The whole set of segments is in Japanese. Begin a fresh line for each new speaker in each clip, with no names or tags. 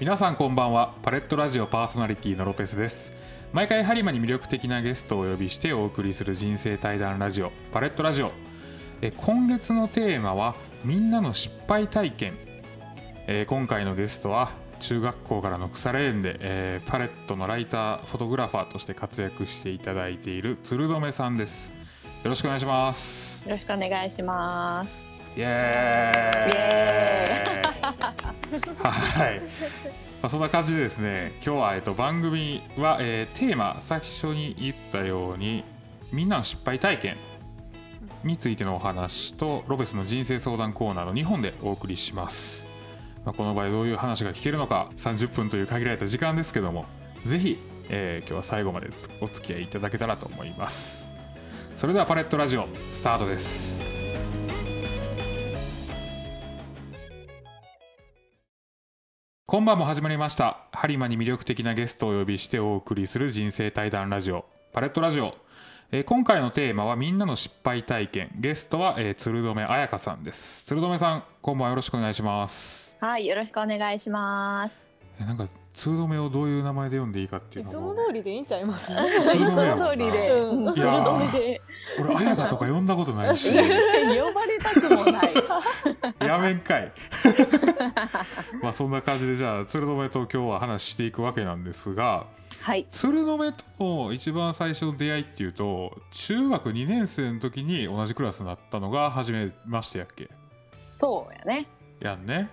皆さんこんばんはパレットラジオパーソナリティのロペスです毎回播磨に魅力的なゲストをお呼びしてお送りする人生対談ラジオパレットラジオえ今月のテーマはみんなの失敗体験えー今回のゲストは中学校からの腐れ縁で、えーパレットのライターフォトグラファーとして活躍していただいている鶴留さんですよろしくお願いします
よろしくお願いします。
イエーイ
イエ
はい、まあ、そんな感じでですね今日は、えっと、番組は、えーテーマ最初に言ったようにみんなの失敗体験についてのお話とロベスの人生相談コーナーの2本でお送りします、まあ、この場合どういう話が聞けるのか30分という限られた時間ですけどもぜひ、えー今日は最後までお付き合いいただけたらと思いますそれではパレットラジオスタートです今晩も始まりました播磨に魅力的なゲストをお呼びしてお送りする人生対談ラジオパレットラジオ、えー今回のテーマはみんなの失敗体験ゲストは、えー、鶴留彩香さんです鶴留さん今晩はよろしくお願いします
はい、よろしくお願いします。
えなんか鶴留をどういう名前で呼んでいいかってい
いう
の
つ
も
も通りでいいんちゃいます。
いつも通りで、
うん
うん
いやー
通りで
俺彩香とか呼んだことない し
呼ばれたくもない。
やめんかい まあそんな感じでじゃあ鶴留と今日は話していくわけなんですが
はい、
鶴留との一番最初の出会いっていうと中学2年生の時に同じクラスになったのが初めましてやっけ
そうやね。
やんね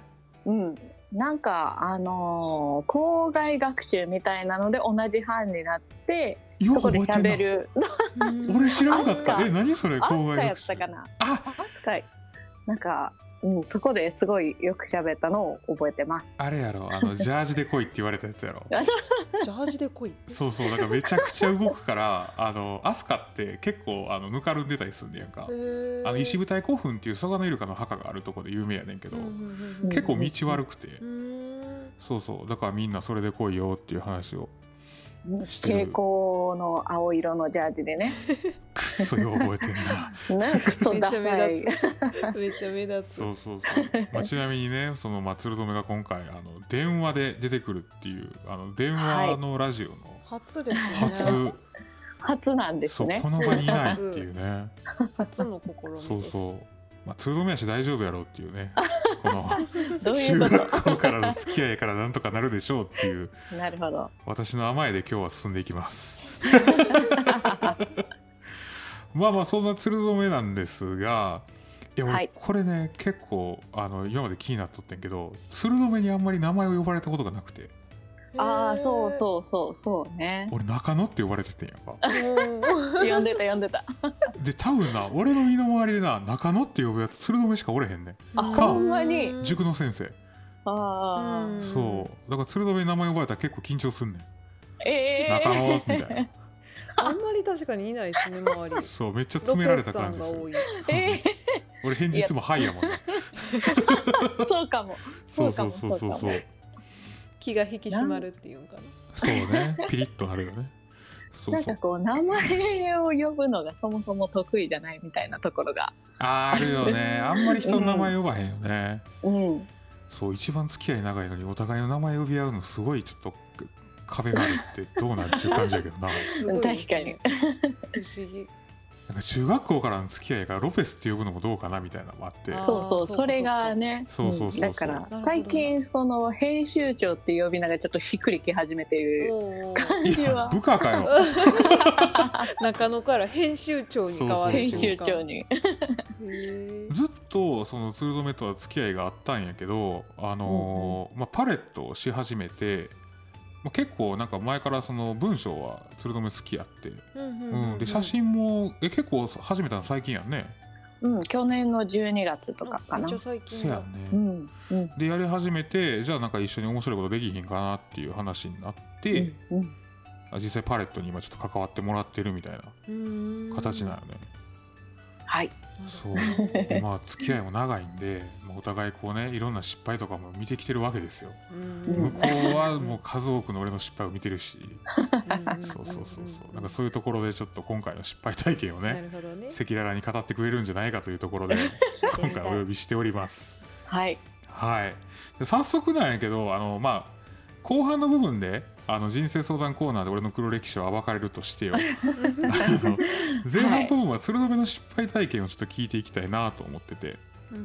うん。なんかあのー、校外学習みたいなので同じ班になって
よ覚
そこで
えてんな
喋る
俺知らなかっ
あん
た
た
え何それ
あ
校
すか
外
やっ
学習
たかな
あ
あすかなんかうんそこですごいよく喋ったのを覚えてます
あれやろあ のジャージで来いって言われたやつやろ
ジャージで来い。
そうそうだからめちゃくちゃ動くから あのアスカって結構あのぬかるんでたりすんねやんかあの石
部。
舞台古墳っていう蘇我のイルカの墓があるとこで有名やねんけど、
うん
結構道悪くて、
うん。
そうそうだからみんなそれで来いよっていう話をしてる
蛍光の青色のジャージ でね
くっそよう覚えてんな
なんかそう
めっ
ダ
ちゃ
サ
目
い
立つ。めっちゃ目立つ。
そうそうそう、まあ、ちなみにねそのまあ鶴留が今回あの電話で出てくるっていうあの電話のラジオの
初ですね。
初、
初なんです
そう
ね
この場にいないっていうね
初の試みです。
そうそう、まあ、鶴留やし大丈夫やろうっていう ねこの
どうい
中
うこと
学校からの付き合いからなんとかなるでしょうっていう
なるほど。
私の甘えで今日は進んでいきますまあまあそんな鶴留なんですがいや
は
俺
い
これね、結構あの今まで気になっとってんけど鶴留にあんまり名前を呼ばれたことがなくて
ああ、そうそうそうそうね。
俺中野って呼ばれててんやんか
うん。
読んでた読んでた。
で多分な俺の身の回りでな中野って呼ぶやつ鶴留しかおれへんね
あほんまに
ん塾の先生、
ああ、
そうだから鶴留に名前呼ばれたら結構緊張すんねん、
ええ
中野みたい
あんまり確かにいないですね周り。
なそうめっちゃ
ロ
詰めら
ペ
れ
ス
た
さ
感
ん
じ
が
す
多
る
い。
え
俺返事いつも「はい」やもんね
ー、そうかも。
そ
そうう
そ
か
う
も
そうそう
そ
そうう
気が引き締まるっていうんかな。
そうね、ピリッとなるよね。そ
な
うんそ
か
う。
こう名前を呼ぶのがそもそも得意じゃないみたいなところが。
あーあるよね。あんまり人の名前呼ばへんよね。
うん。
そう、一番付き合い長いのにお互いの名前呼び合うのすごいちょっとく壁があるってどうなんっていう感じやけ どな。
すご
確
い
かに。
不思 議。
なんか中学校からの付き合いがロペスって呼ぶのもどうかなみたいなのもあって。
あー
そうそう
そうかそうか
それがね。
そうそうそうそうん
だか
な
る
ら
ほど
最近その編集長っていう呼び名がちょっとしっくりき始めてる
おー
感
い
じ
や
は、。
部下か よ。
中野から編集長に変わる
編集長に。
へー
ずっとそのツールドメとは付き合いがあったんやけど、あのーまあ、パレットをし始めて、まあ、結構なんか前からその文章はツールドメ好きやって、
うんうんうん
うん、で写真もえ結構始めたの最近やんね。
うん、去年の12月とかかな
めっちゃ。最
せ
近
や
だ。
ん
う
ね。
ん。うん。
でやり始めてじゃあなんか一緒に面白いことできひんかなっていう話になって、
うん。
あ実際パレットに今ちょっと関わってもらってるみたいな形なよね。
はい。
そう
う
でまあ付き合いも長いんで、まあ、お互いこうねいろんな失敗とかも見てきてるわけですよ。向
ん。
こうはもう数多くの俺の失敗を見てるし、そうそうそうそうなんかそういうところでちょっと今回の失敗体験を
な
ね
るほどね。。
赤裸々に語ってくれるんじゃないかというところで今回お呼びしております。
はい。
はい、で早速なんやけどあの、まあ、後半の部分であの人生相談コーナーで俺の黒歴史を暴かれるとしてよあの前半部分は鶴瓶の失敗体験をちょっと聞いていきたいなと思ってて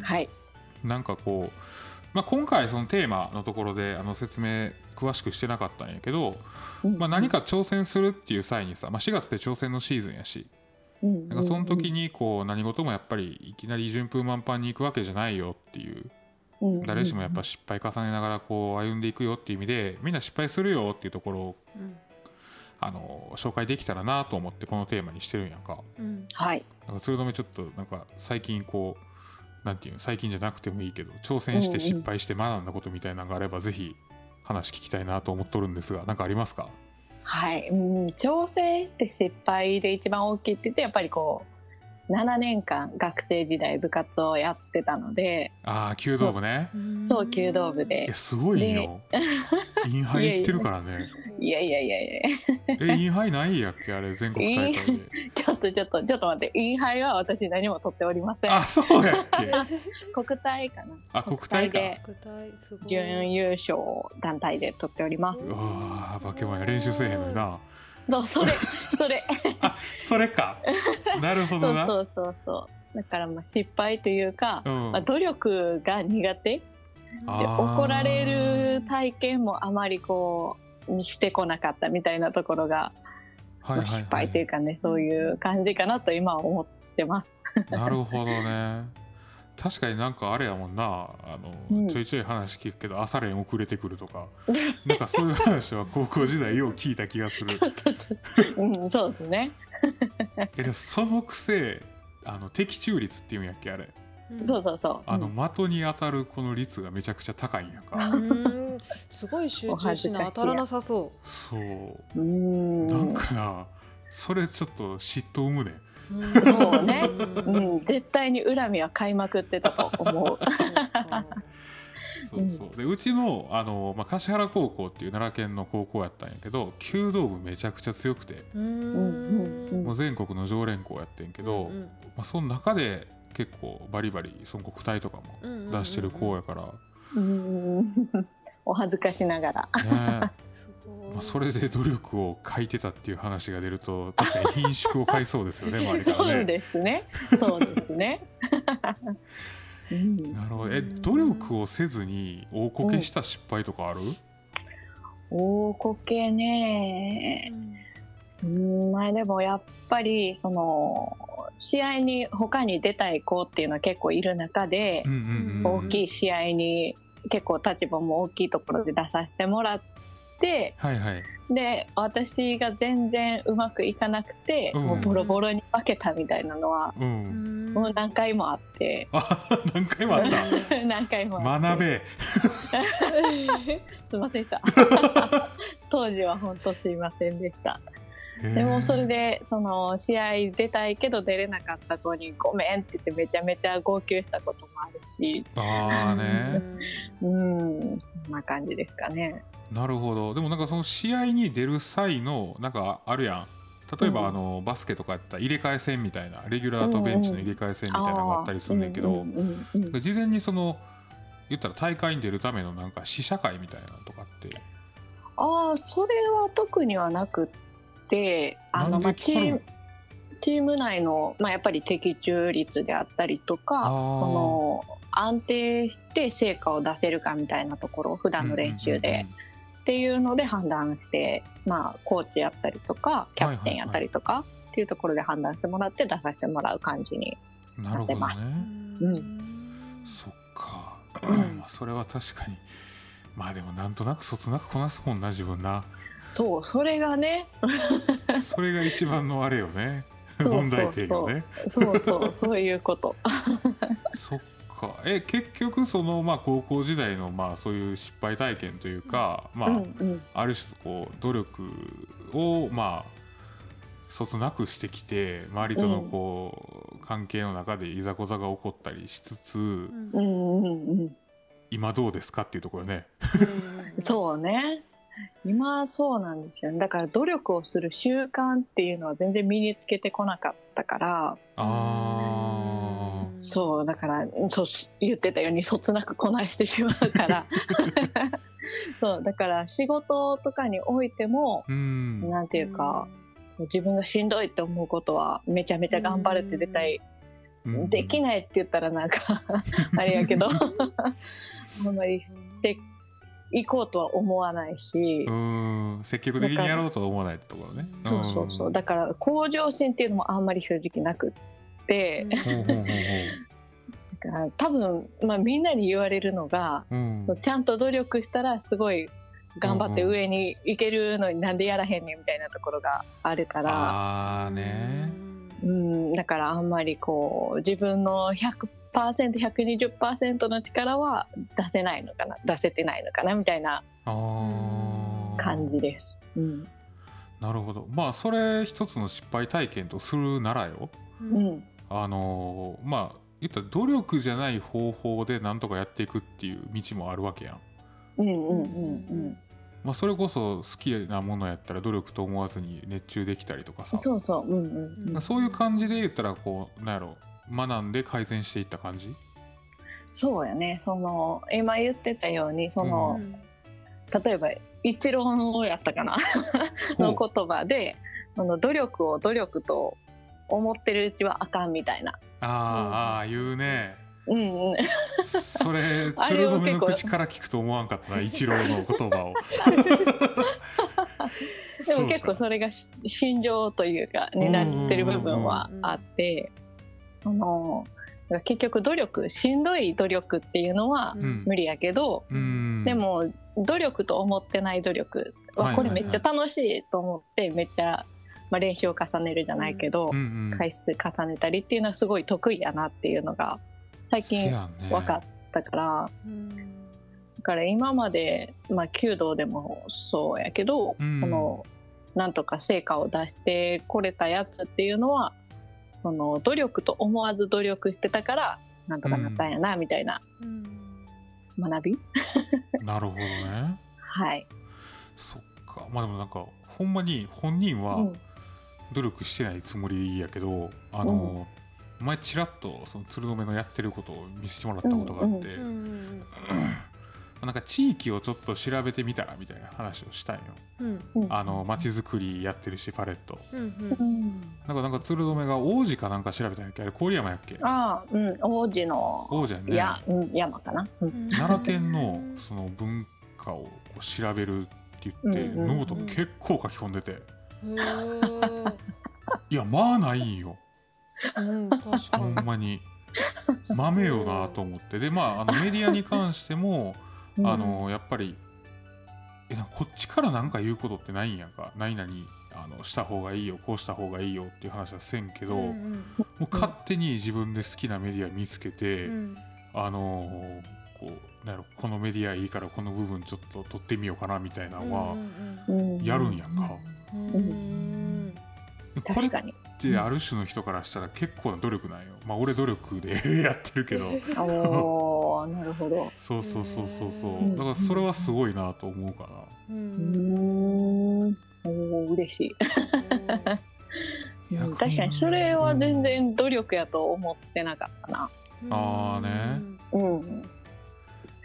はいい、
なんかこう、まあ、今回そのテーマのところであの説明詳しくしてなかったんやけど、まあ、何か挑戦するっていう際にさ、まあ、4月って挑戦のシーズンやし
うん、
なんかその時にこう何事もやっぱりいきなり順風満帆にいくわけじゃないよっていう
うん
誰しもやっぱ失敗重ねながらこう歩んでいくよっていう意味でみんな失敗するよっていうところをあの紹介できたらなと思ってこのテーマにしてるんやんか
うん
はい
なんか鶴止めちょっとなんか最近こうなんていうの最近じゃなくてもいいけど挑戦して失敗して学んだことみたいなのがあればぜひ話聞きたいなと思っとるんですが何かありますか
はい、うん、挑戦して失敗で一番大きいって言ってやっぱりこう7年間学生時代部活をやってたので
ああ弓道部ね
そう弓道部。で
えすごいよインハイ行ってるからね
いやいやいやいや
えインハイないやっけあれ全国大会で
ちょっとちょっとちょっと待ってインハイは私何も取っておりません
あそうやっけ
国体かな
あ国体か
で
具体すごい。
準優勝団体で取っております
うわーバケモンや練習せえへんのにな
そうそ れそれ
あそれ かなるほ
そ
ど
う
な
そうそうそうだからまあ失敗というか、
うん
まあ、努力が苦手で
あー
怒られる体験もあまりこうにしてこなかったみたいなところが、
はいはいはい
失敗というかねそういう感じかなと今は思っ てます。
なるほどね確かになんかあれやもんなあの、
うん
ちょいちょい話聞くけど朝練遅れてくると かなんかそういう話は高校時代よう聞いた気がする
うん、そうですね。
えでもそのくせあの的中率っていうんやっけあれ
そうそうそう。
あの
うん
的に当たるこの率がめちゃくちゃ高いんやんか
うんすごい集中しな当たらなさそ
そう
うー
なんんかなそれちょっと嫉妬生むね
う。
そうねうん、絶対に恨みは買いまくってたと思う。
そうそうでうちのあの、まあ、橿原高校っていう奈良県の高校やったんやけど弓道部めちゃくちゃ強くて
う
うんうん
ん。
もう全国の常連校やってんけど、
うん
まあ、その中で結構バリバリ孫国体とかも
うんうんうん
出してる子やから、
うーんお恥ずかしながら。
ね
すごい。
まあ、それで努力を書いてたっていう話が出ると確かに貧縮を買いそうですよね周りか
そ
ら
う
ね。
ですね。そうで すね。うん
なるほどえ努力をせずに大こけした失敗とかある、
大こけね
うん
うんまあでもやっぱりその試合に他に出たい子っていうのは結構いる中で
うんうんうん
大き
い、
い試合に結構立場も大きいところで出させてもらって
はいはい、
で私が全然うまくいかなくて
うん
もうボロボロに負けたみたいなのは
う、
うんん
もう何回もあって。
あ 何回もあっ た
何回もあって
学べ
すいませんでした 当時は本当すいませんでしたでもそれでその試合出たいけど出れなかった子に「ごめん」って言ってめちゃめちゃ号泣したこともあるし
ああね
うんそんな感じですかね。
なるほどでもなんかその試合に出る際のなんかあるやん例えば、
うん
あのバスケとかやったら入れ替え戦みたいなレギュラーとベンチの入れ替え戦みたいなのがあったりするんだけど、
うんうんうんうん
事前にその言ったら大会に出るためのなんか試写会みたいなのとかって
ああそれは特にはなくってあ
な
の、
んで
まあ、チ
聞
ー
か
ムチーム内の、まあ、やっぱり的中率であったりと
あー
かその安定して成果を出せるかみたいなところを普段の練習で。っていうので判断して、まあ、コーチやったりとかキャプテンやったりとかっていうところで判断してもらって出させてもらう感じに、
うんうんうんなるほどね
う
そっか、
うん
まあそれは確かにまあでもなんとなくそつなくこなすもんな自分な
そうそれ がね
それが一番のあれよね
そうそうそう
問題点よね
そ うそうそういうこと
そっかえ結局その、まあ、高校時代の、まあ、そういう失敗体験というか、まあ
うんうん
ある種こう努力をまあそつなくしてきて周りとの
うん
こう、関係の中でいざこざが起こったりしつつ、
うんうんうん
今どうですかっていうところね
う。
そうね今はそうなんですよねだから努力をする習慣っていうのは全然身につけてこなかったから
あー
そうだからそう言ってたようにそつなくこなしてしまうから そうだから仕事とかにおいても
うん
なんていうか自分がしんどいって思うことはめちゃめちゃ頑張るって絶対
うん
できないって言ったらなん かあれやけどあんまりしていこうとは思わないし
う。ん積極的にやろうとは思わないってところね
そうそうそうだ
か
から向上心っていうのもあんまり正直なくって、
らほうほうほうほ
なんか多分、まあ、みんなに言われるのが、
ううん
ちゃんと努力したらすごい頑張って上に行けるのになんでやらへんねんみたいなところがあるから、
ああね
うん、だからあんまりこう自分の 100%120% の力は出せないのかな出せてないのかなみたいな
あー
感じです。うん
なるほどまあそれ一つの失敗体験とするならよ
うん
あのーまあ言ったら努力じゃない方法でなんとかやっていくっていう道もあるわけやん、
うんうんうん
まあ、それこそ好きなものやったら努力と思わずに熱中できたりとか
う
さ
ん、そうそう、うんうんうん、
そういう感じで言ったらこうなんやろ学んで改善していった感 じ
そうやねその今言ってたようにその、
う
例えば一郎やったかなの言葉であの努力を努力と思ってるうちはあかんみたいな、
あーあー言うね
うんうん、
それ
あれ
鶴
は
瓶の
結構
口から聞くと思わんかったな一郎の言葉を
で
そう
も
か
結構それがし心情というかになってる部分はあってあの結局努力しんどい努力っていうのは
うん
無理やけど、
うん
でも努力と思ってない努力
は
はいこ
はい
れ
はい
めっちゃ楽しいと思ってめっちゃ、まあ、練習を重ねるじゃないけど、
うんうん
回数重ねたりっていうのはすごい得意やなっていうのが最
せ
近
やんね
分かったから、だから今まで、まあ、弓道でもそうやけど、
うん
このなんとか成果を出してこれたやつっていうのはその努力と思わず努力してたからなんとかなったんやなみたいな学び、
なるほどね
はい、
そっかまあでもなんかほんまに本人は、
うん
努力してないつもりやけどあの、前ちらっとその鶴瓶のやってることを見せてもらったことがあって、
うんうん
なんか地域をちょっと調べてみたらみたいな話をしたんよ
うん
うん
あの街づくりやってるしパレット
うん
うん
なんかなんか鶴瓶が王子かなんか調べたんやっけあれ郡山やっけ
ああうん王子の
王子やんね
や、うん山かな、うん
うん
奈良県のその文化をこう調べるって言って、
うんうん
ノート結構書き込んでて
へー
いやまあないんよ
うん確か
ほんまに豆よなと思ってでまああのメディアに関して もあのやっぱりえなんかこっちから何か言うことってないんやんか何々あのした方がいいよこうした方がいいよっていう話はせんけど、
に
もう勝手に自分で好きなメディア見つけて、
うん
あのーこうなんやろこのメディアいいからこの部分ちょっと取ってみようかなみたいな
うん
のは
うん
やるんやんか、
うんうん
でこれっ
確かに
てある種の人からしたら結構な努力なんよまあ俺努力で やってるけど
おーなるほ ど。
そうそうそうそうそう、
うん
だからそれはすごいなと思うかな、
う
う
んん。おー嬉しい。
いや
うん確かにそれは全然努力やと思ってなかったな。
あーね
うん。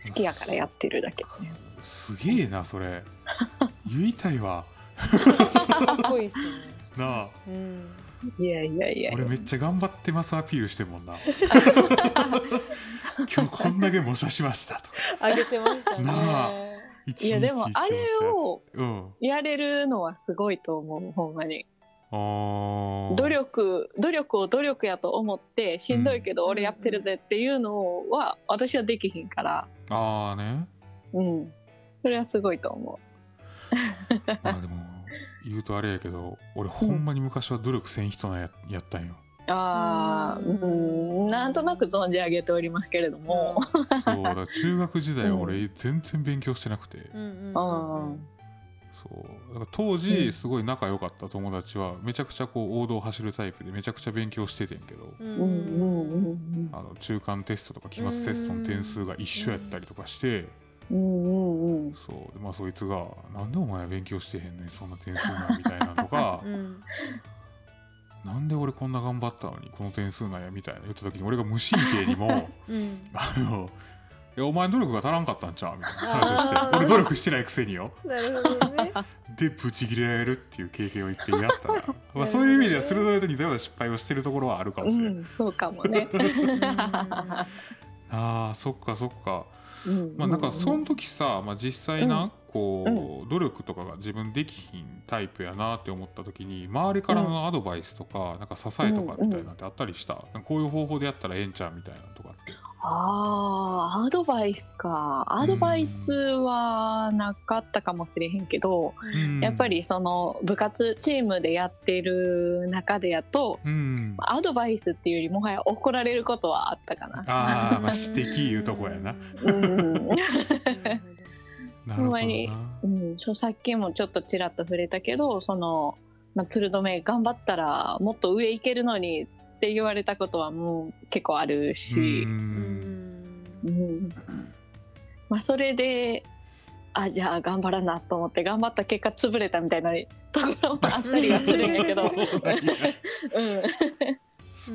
好きやからやってるだけ。
すげえなそ れ言いたいわ
かっこいいですね
なあ
うん
いやいやいや。
俺めっちゃ頑張ってますアピールしてんも んな今日こんだけ模写しましたとか
あげてました
なあ
ね
一
いや
日
でもあれを
うん
やれるのはすごいと思うほんまに。
あー
努力努力を努力やと思ってしんどいけど
うん
俺やってるぜっていうのは私はできひんから。
ああね
うん。それはすごいと思
まあでも言うとあれやけど俺ほんまに昔は努力せん人なんややったんよ
う。ああ、うん、なんとなく存じ上げておりますけれども。
そうだから中学時代は俺全然勉強してなくて、
うんうん
あ
うん
そうだから当
う
時
ん
すごい仲良かった友達はめちゃくちゃこう王道を走るタイプでめちゃくちゃ勉強しててんけど、
うん
うんうん
あの中間テストとか期末テストの点数が一緒やったりとかして、
うんうんうんうん
そうでまあそいつ が「なんでお前は勉強してへんのにそんな点数なん?」みたいなのとか
うん
なんで俺こんな頑張ったのにこの点数なんやみたいな言った時に俺が無神経にも
うん
あのいやお前努力が足らんかったんちゃうみたいな話をして
あー
俺努力してないくせによ
なるほどね
でブチギレられるっていう経験をいっぺんやったら、まあ、そういう意味では鋭いと似たような失敗をしてるところはあるかも
う
しれない、
ん、そうかも ね。
あーそっかそっか
うん
まあなんかその
う
時さ、まあ、実際な、
うん
こう努力とかが自分できひんタイプやなって思った時に周りからのアドバイスとかなんか支えとかみたいなんてあったりした、なんかこういう方法でやったらええんちゃうみたいなのとかって
ああ、アドバイスか。アドバイスはなかったかもしれへんけど、
うん
やっぱりその部活チームでやってる中でやと、
うん
アドバイスっていうよりもはや怒られることはあったかな。
あー、まあ指摘いうとこやな
うん
なるほど
ほんまに
な
うん、そうさっきもちょっとちらっと触れたけどその、まあ、鶴留頑張ったらもっと上行けるのにって言われたことはもう結構ある
う
し、
うんん
うんまあ、それであじゃあ頑張らなと思って頑張った結果潰れたみたいなところもあったりはするんやけど
そ。うなんや
うん
そっ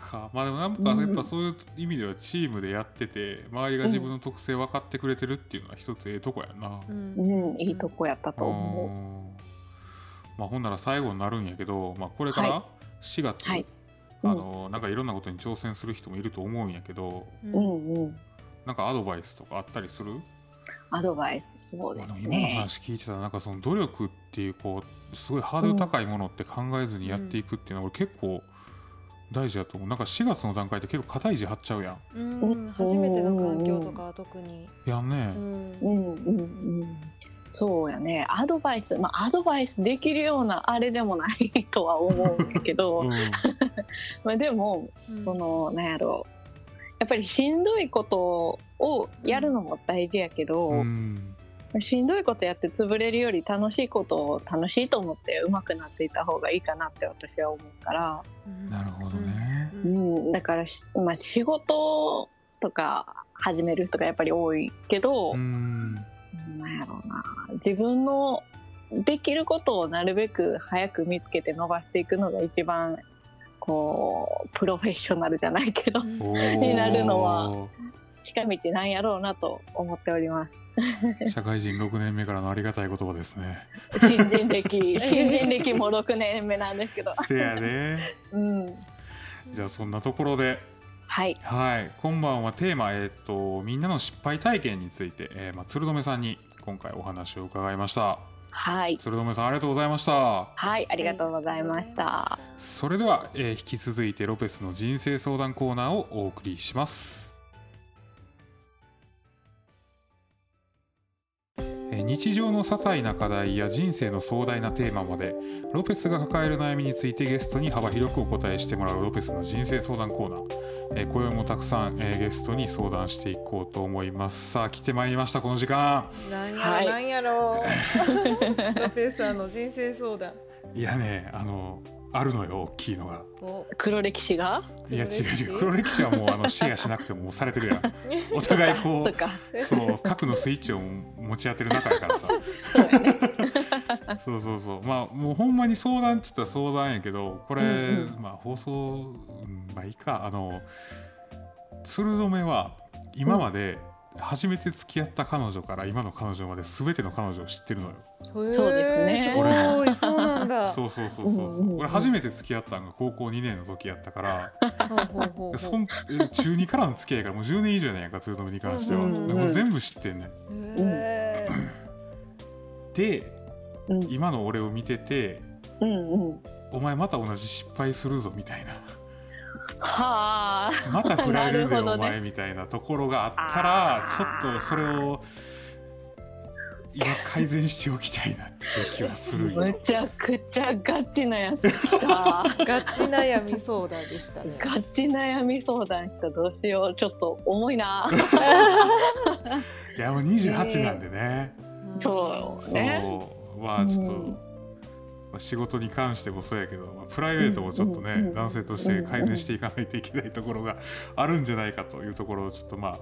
かまあでもなんかやっぱそういう意味ではチームでやってて周りが自分の特性分かってくれてるっていうのは一つええとこやな。
うん、いいとこやったと
う
思
んまあ、ほんなら最後になるんやけど、まあ、これから
は
4月、
う。はい。
あのなんかいろんなことに挑戦する人もいると思うんやけど
う
うん
んうん。
なんかアドバイスとかあったりする、
アドバイス、そうで
あの
す
今の
ね。
話聞いてたらなんかその努力っていうこうすごいハードル高いものって考えずにやっていくっていうのは俺結構大事だと思うなんか4月の段階って結構硬い字張っちゃうやん。
うん初めての環境とかは特に
やんね、
うん
うんうんうん。そうやね。アドバイス、まあ、アドバイスできるようなあれでもないとは思うんやけ
う
ど、
ん
まあ、でも、
うん
その、なんやろう。やっぱりしんどいことをやるのも大事やけど、
うん
しんどいことやって潰れるより楽しいことを楽しいと思って上手くなっていった方がいいかなって私は思うから、
なるほどね
う。
うんん、だからし、まあ、仕事とか始める人がやっぱり多いけど、
うん
なんやろうな自分のできることをなるべく早く見つけて伸ばしていくのが一番こうプロフェッショナルじゃないけ ど
おー
になるのは近道なんやろうなと思っております
社会人6年目からのありがたい言葉です ね。
新人歴新人歴も6年目なんですけど
せやね。
うん
じゃあそんなところで、
はい
はい、今晩はテーマ、えっ、と、みんなの失敗体験について、えー、まあ、鶴留さんに。今回お話を伺いました。
はい
鶴留さん、ありがとうございました。
はいありがとうございました。
それでは、えー引き続いてロペスの人生相談コーナーをお送りします。えー日常の些細な課題や人生の壮大なテーマまでロペスが抱える悩みについてゲストに幅広くお答えしてもらうロペスの人生相談コーナー、えー、今宵もたくさん、えーゲストに相談していこうと思いますさあ来てまいりましたこの時間
なんや
は
ろ
い
なんやろロペさんの人生相談
いやねあのあるのよ大きいのが
お
黒歴史が
いや違う
黒歴史
違う黒歴史はもうあのシェアしなくてももうされて るやんお互いこ
そう
う
か
そう核のスイッチを持ち合ってる仲やからさそうそうそうまあもうほんまに相談っつったら相談やけどこれ、
うん
まあ放送うんまあいいかあの鶴留は今まで初めて付き合った彼女から今の彼女まで全ての彼女を知ってるのよ、
そう
そうですね
すごいそうなんだ
そうそうそうそう
うん
そ
うんう
うん俺初めて付き合ったのが高校2年の時やったから
ほうほうほう
そんえ中2からの付き合いからもう10年以上やねんやんか鶴留に関しては、
うんうんうん
もう全部知ってんねん
へ
で
うん
今の俺を見てて
うんうん
お前また同じ失敗するぞみた いな
はあ
また振られるぜ
なるほど
お
ね
前みたいなところがあったら
あ
ちょ
ー
っとそれを今改善しておきたいなっていう気はするよ
むちゃくちゃガチなやつ来た
ーガチ悩み相談でしたね
ガチ悩み相談したどうしようちょっと重いな
いやもう28なんでね、
そえうね
そうまあちょっと、
うん
まあ仕事に関してもそうやけど、まあプライベートもちょっとね、
うんうんうん
男性として改善していかないといけないところがあるんじゃないかというところをちょっとま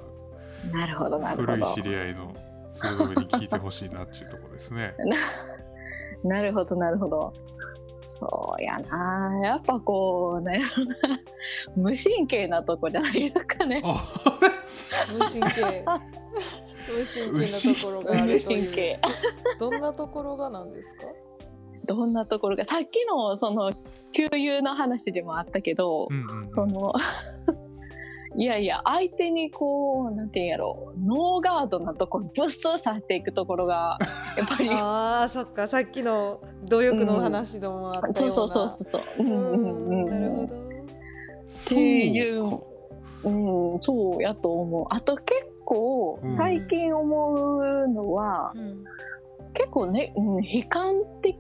なるほど
あ
なるほ
古い
ど
知り合いのそれぞ れに聞いてほしいなっていうところですね。
なるほどなるほどそうやなやっぱこうね 無神経なとこじゃないですかね
あ
無神経無神経なところ
無
があると
神
いう
経
どんなところがなんですか
どんなところがさっきのその給油の話でもあったけど、
うんうんうん
その いやいや相手にこうなんていうんやろノーガードなとこブスッさせていくところ がやっぱり
あーそっかさっきの努力のお話でもあったような、
そうそうそうそう。うんうんうん
なる
そう
うん
ほど
っていう
か
うん、そうやと思う。あと結構
うん
最近思うのは、
うん
結構ね、うん、悲観的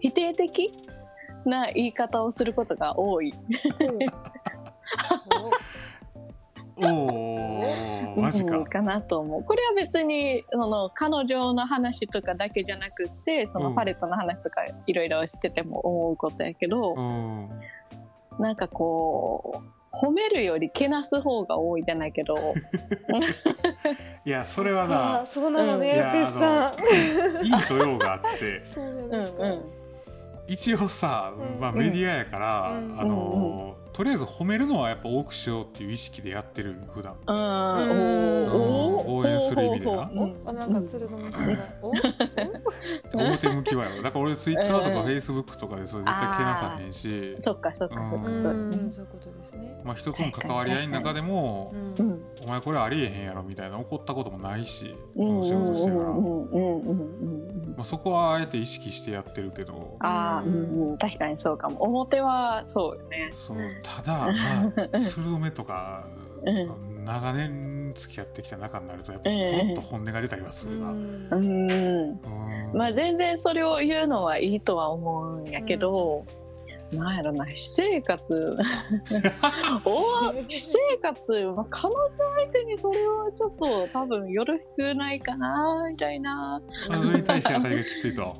否定的な言い方をすることが多い。
おおマジ
うん
か。
かなと思う。これは別にその彼女の話とかだけじゃなくて、そのパレットの話とかいろいろしてても思うことやけど、
うん。
なんかこう。褒めるよりけなす方が多いじゃないけど、
いや それは
あー
な
そうな
う
の
んい
ね、
や
ペスさん
いいと用があって
そうなん
うん
ですか、
うん、
一応さ、
うん
まあ、メディアやから、
うん
あのーとりあえず褒めるのはやっぱ多くしようっていう意識でやってる普段
うん
応援する意味でな
おあなんか鶴のさんがお
表向きはよだから俺ツイッターと
うんう
か
ん
フェイスブックとかでそれ絶対けなさへんし
そっかそっかそっ
う
か
ん
そ
そうう
うん
いうことですね、
まあ、人との関わり合いの中でも
う、ん
うん
「お前これありえへんやろ」みたいな怒ったこともないしこ
うん
の仕事してから、ま
うんうん
あ、そこはあえて意識してやってるけど
ああうんうん確かにそうかも表はそうよね
そうただ、まあ、鋭めとか
う
長年付き合ってきた中になるとやっぱ
う
ポ
んう
ロッ
ん
と本音が出たりはするな。
う
うん
うん
まあ全然それを言うのはいいとは思うんやけど、なんやろな私 生活お私生活、まあ、彼女相手にそれはちょっと多分よろしくないかなみたいな
彼女に対して当たりがきついと。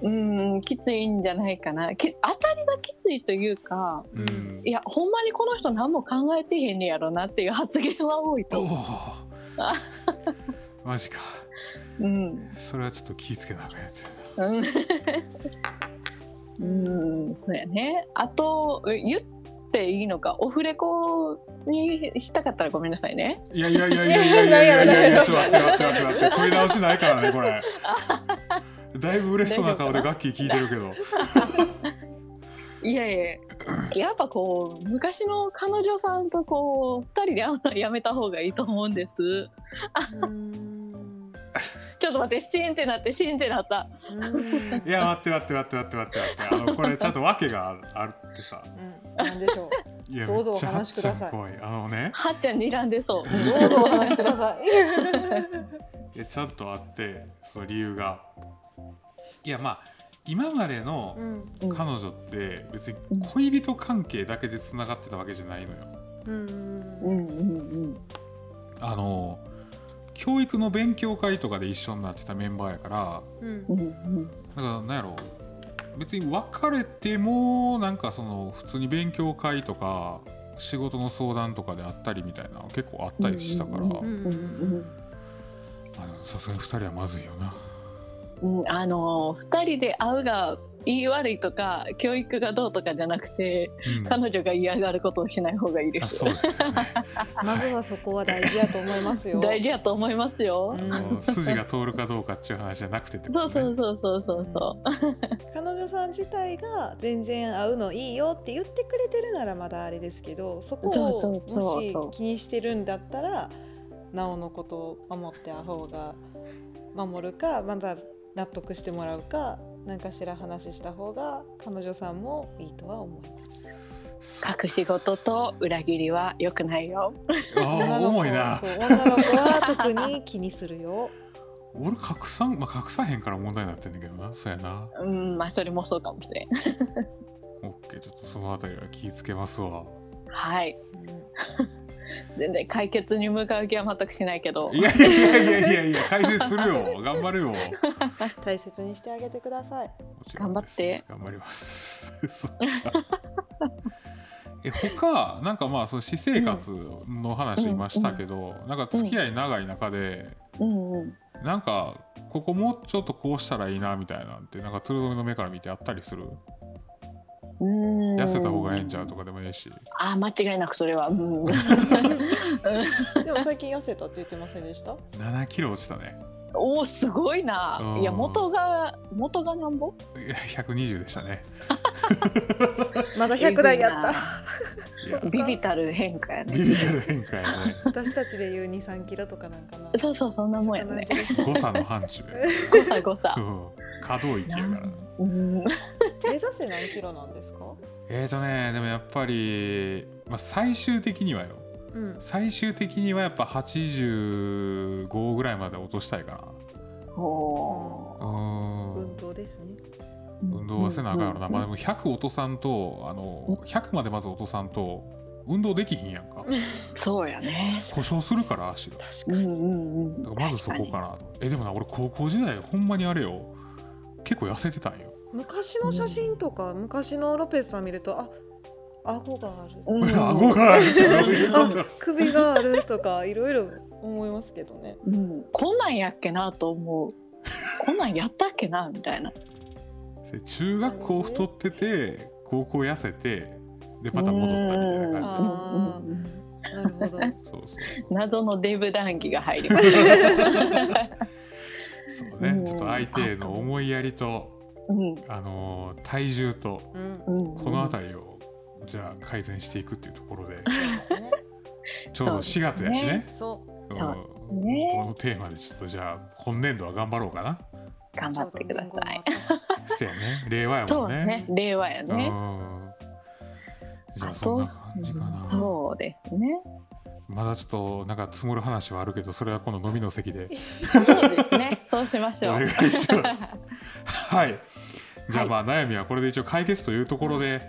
うんきついんじゃないかなき当たりがきついというか
う
うんん。
いやほんまにこの人何も考えてへんねやろなっていう発言は多い
お
と
お
思う。。
マジか。
うん
それはちょっと気ぃつけなあかんやつやな。
うんうんそうやねあと言っていいのかオフレコにしたかったらごめんなさいね
いやいやいやいやいやいやいやいやいやちょっと待って待って待って待って取り直しないからねこれ。だいぶ嬉しそうな顔で楽器聴いてるけど。
いやいややっぱこう昔の彼女さんとこう2人で会うのはやめた方がいいと思うんです
うん
ちょっと待ってシーンってなってシーンってなった
うん
いや待って待って待って待って待って待って。あのこれちゃんと訳があるあるってさ。
うんなんでしょう
いや
どうぞ
めっちゃ
お話しくださ
はっ
い
ちゃん怖い。あのね。
はっちゃん睨んでそう
どうぞお話しください
いやちゃんとあってその理由が。いやまあ今までの
うん
うん
彼女って別に恋人関係だけでつながってたわけじゃないのよ。
うん
うんうん
あの教育の勉強会とかで一緒になってたメンバーやから
うん
うんうんうん
だからなんやろ別に別れてもなんかその普通に勉強会とか仕事の相談とかであったりみたいなの結構あったりしたから
うんうん
あ
うんうん
のさすがに2人はまずいよな。
うん、あの2人で会うが言い悪いとか教育がどうとかじゃなくて
うん
彼女が嫌がることをしない方がいいで
あ
す
そうですよね。
まずはそこは大事だと思いますよ
大事やと思いますよ
あ、の筋が通るかどうかっていう話じゃなくてって
そ
こ
うそ
と
う
ね。
そうそうそうそ
彼女さん自体が全然会うのいいよって言ってくれてるならまだあれですけどそこ
そうそうそう
をもし
そう
気にしてるんだったらなおのことを守ってあ方が守るかまだ納得してもらうか何かしら話した方が彼女さんもいいとは思います。
う隠し事と裏切りは良くないよ
ああ
の子
重いな
はそ。う女の子は特に気にするよ。
俺隠さん、まあ、隠さへんから問題になってんだけどな。そうやな。
うんまあそれもそうかもしれん
オッケーちょっとそのあたりは気ぃつけますわ。
はい
うん
全然解決に向かう気は全くしないけど
いやいやいやいやいやいや改善する よ頑張るよも
大切にしてあげてください。
ちろん
頑張って
頑張ります そっかえ他なんかまあその私生活の話しましたけど、なんか付き合い長い中で、
うんうん
なんかここもうちょっとこうしたらいいなみたいなんてなんか鶴留の目から見てあったりする
うん
痩せた方がええんちゃうとかでもええし
あ間違いなくそれ はうん
でも最近痩せたって言ってませんでした
7キロ落ちたね
おおすごいな、
うん
いや元が元がなんぼ
いや120でしたね
まだ100台やっ
えぐい
た
ない
や
ビビたる
そっか
変化やね
ビビたる変化やね
私たちで言う23キロとかなんかな
そうそうそんなもんやね
同じです
誤差の範疇や
誤差誤差
うん可動域やからな
うん
目指せ何キロなんですか
えーとねでもやっぱり、まあ、最終的にはよ
うん
最終的にはやっぱ85ぐらいまで落としたいか
お
なうん
運動ですね
ー
運動はせなあかんやろな、まあ、でも100落とさんとあの100までまず落とさんと運動できひんやんか
そうやね
故障するから足が
確
う
か
ん
に、
うんうん
だからまずそこかなとえでもな俺高校時代ほんまにあれよ結構痩せてたんよ
昔の写真とか昔のロペスさん見るとあ顎がある
確か にうん
顎があるってどういうこ
あ
と
首があるとかいろいろ思いますけどね
うん、こんなんやっけなと思うこんなんやったっけなみたいな
で中学校太ってて高校痩せてでまた戻ったみたいな感
あー
うんうんうん
なるほど
じそうそう
謎のデブ談義が入りました、
そうね、
うん
ちょっと相手への思いやりと
うん
あのー体重と
うん
うん、
この辺りをじゃあ改善していくっていうところで
そうですね
ちょうど4月やしね
そう
うん
そうね
このテーマでちょっとじゃあ今年度は頑張ろうかな
頑張ってください
ちょうど
せや ね令和や
そ
も
うんね
ね
令和や
うん
ね
じゃあ
あ
そん
と
な感じかな
そうですね
まだちょっとなんか積もる話はあるけどそれはこの飲みの席で
そうですねそうしまし
お
ょ
願いうし ます。はい。じゃあ
は
まあ悩みはこれで一応解決というところで、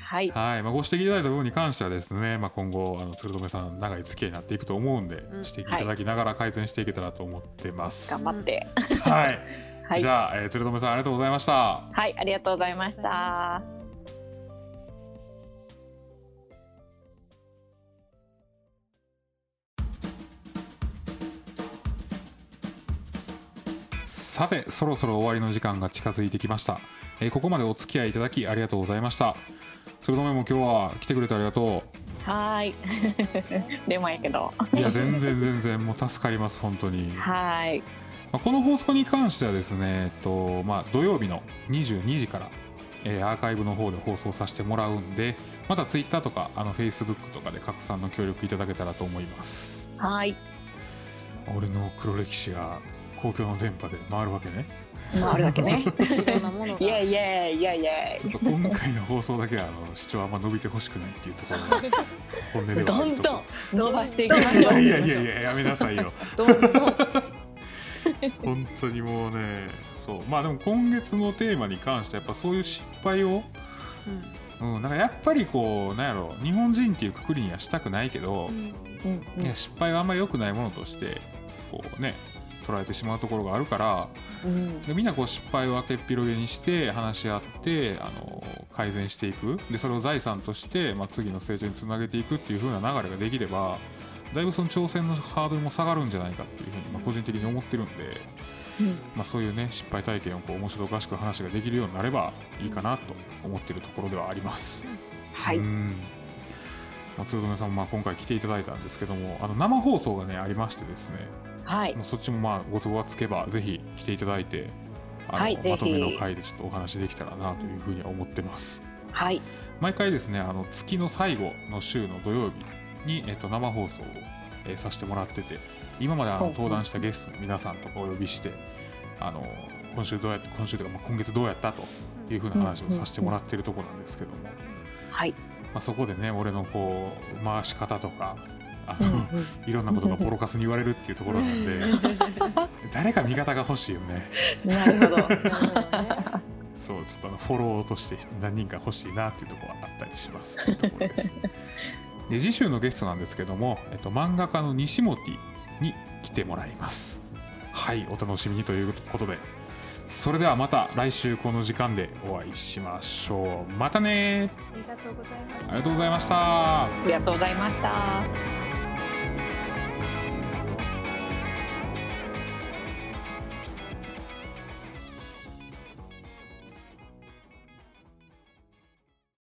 はい
はい、まあご指摘いただいた部分に関してはですね、まあ今後あの鶴留さん長い付き合いになっていくと思うんで、
ん
指摘いただきながら改善していけたらと思ってます。
頑張って
はい。
はい
じゃあ、えー、鶴留さんありがとうございました。
はいありがとうございまし
ありがとうございま
た
さてそろそろ終わりの時間が近づいてきました、えーここまでお付き合いいただきありがとうございました鶴留も今日は来てくれてありがと
はーいレモンやけど
ういや全然全然もう助かります本当に、ま
はーい
あ、この放送に関してはですね、えっとまあ、土曜日の22時から、えーアーカイブの方で放送させてもらうんでまた Twitter とかあの Facebook とかで拡散の協力いただけたらと思います
はーい
俺の黒歴史が公共の電波で回るわけね
まああるだけね
いろんなもの
イエ
が
イイエイイエイイエ
ちょっと今回の放送だけはあの視聴あんま伸びてほしくないっていうところが本音で
イ
はあ
ど
る
ん
と
どん伸ばしていきましょう
いやいやいややめなさいよ
どんどん
本当にもうねそうまあでも今月のテーマに関してやっぱそういう失敗を、うん、なんかやっぱりこうなんやろ日本人っていうくくりにはしたくないけど
う、ん
うんうん
いや失敗はあんまり良くないものとしてこうね捉えてしまうところがあるから
うん
でみんなこう失敗を明けっ広げにして話し合ってあの改善していくでそれを財産として、まあ、次の成長につなげていくっていう風な流れができればだいぶその挑戦のハードルも下がるんじゃないかっていうふうに、まあ、個人的に思ってるんで、
うん
まあ、そういうね失敗体験をこう面白おかしく話ができるようになればいいかなと思ってるところではあります。
は
う
い
ん松留さんもまあ今回来ていただいたんですけどもあの生放送がねありましてですね
はい
もうそっちもまあご都合がつけばぜひ来ていただいてあの、
はいぜひ
まとめの回でちょっとお話できたらなというふうには思ってます
はい
毎回ですねあの月の最後の週の土曜日に、えっと、生放送を、えーさせてもらってて今まであ
ほう
の
ほう
登壇したゲストの皆さんとかお呼びしてあの今週どうやって今週というか、まあ、今月どうやったというふうな話をさせてもらってるところなんですけども、ま
はい
あ、そこでね俺のこう回し方とかあ
う
の、
んうん
いろんなことがボロカスに言われるっていうところなん で誰か味方が欲しいよね
なるほど。
なるほどね
そうちょっとあのフォローとして何人か欲しいなっていうところはあったりしますっていうところですで次週のゲストなんですけども、えっと、漫画家の西本に来てもらいますはいお楽しみにということでそれではまた来週この時間でお会いしましょうまたね
ありがとうございまし
あ
た
りがとうございました
ありがとうございまし
「
た。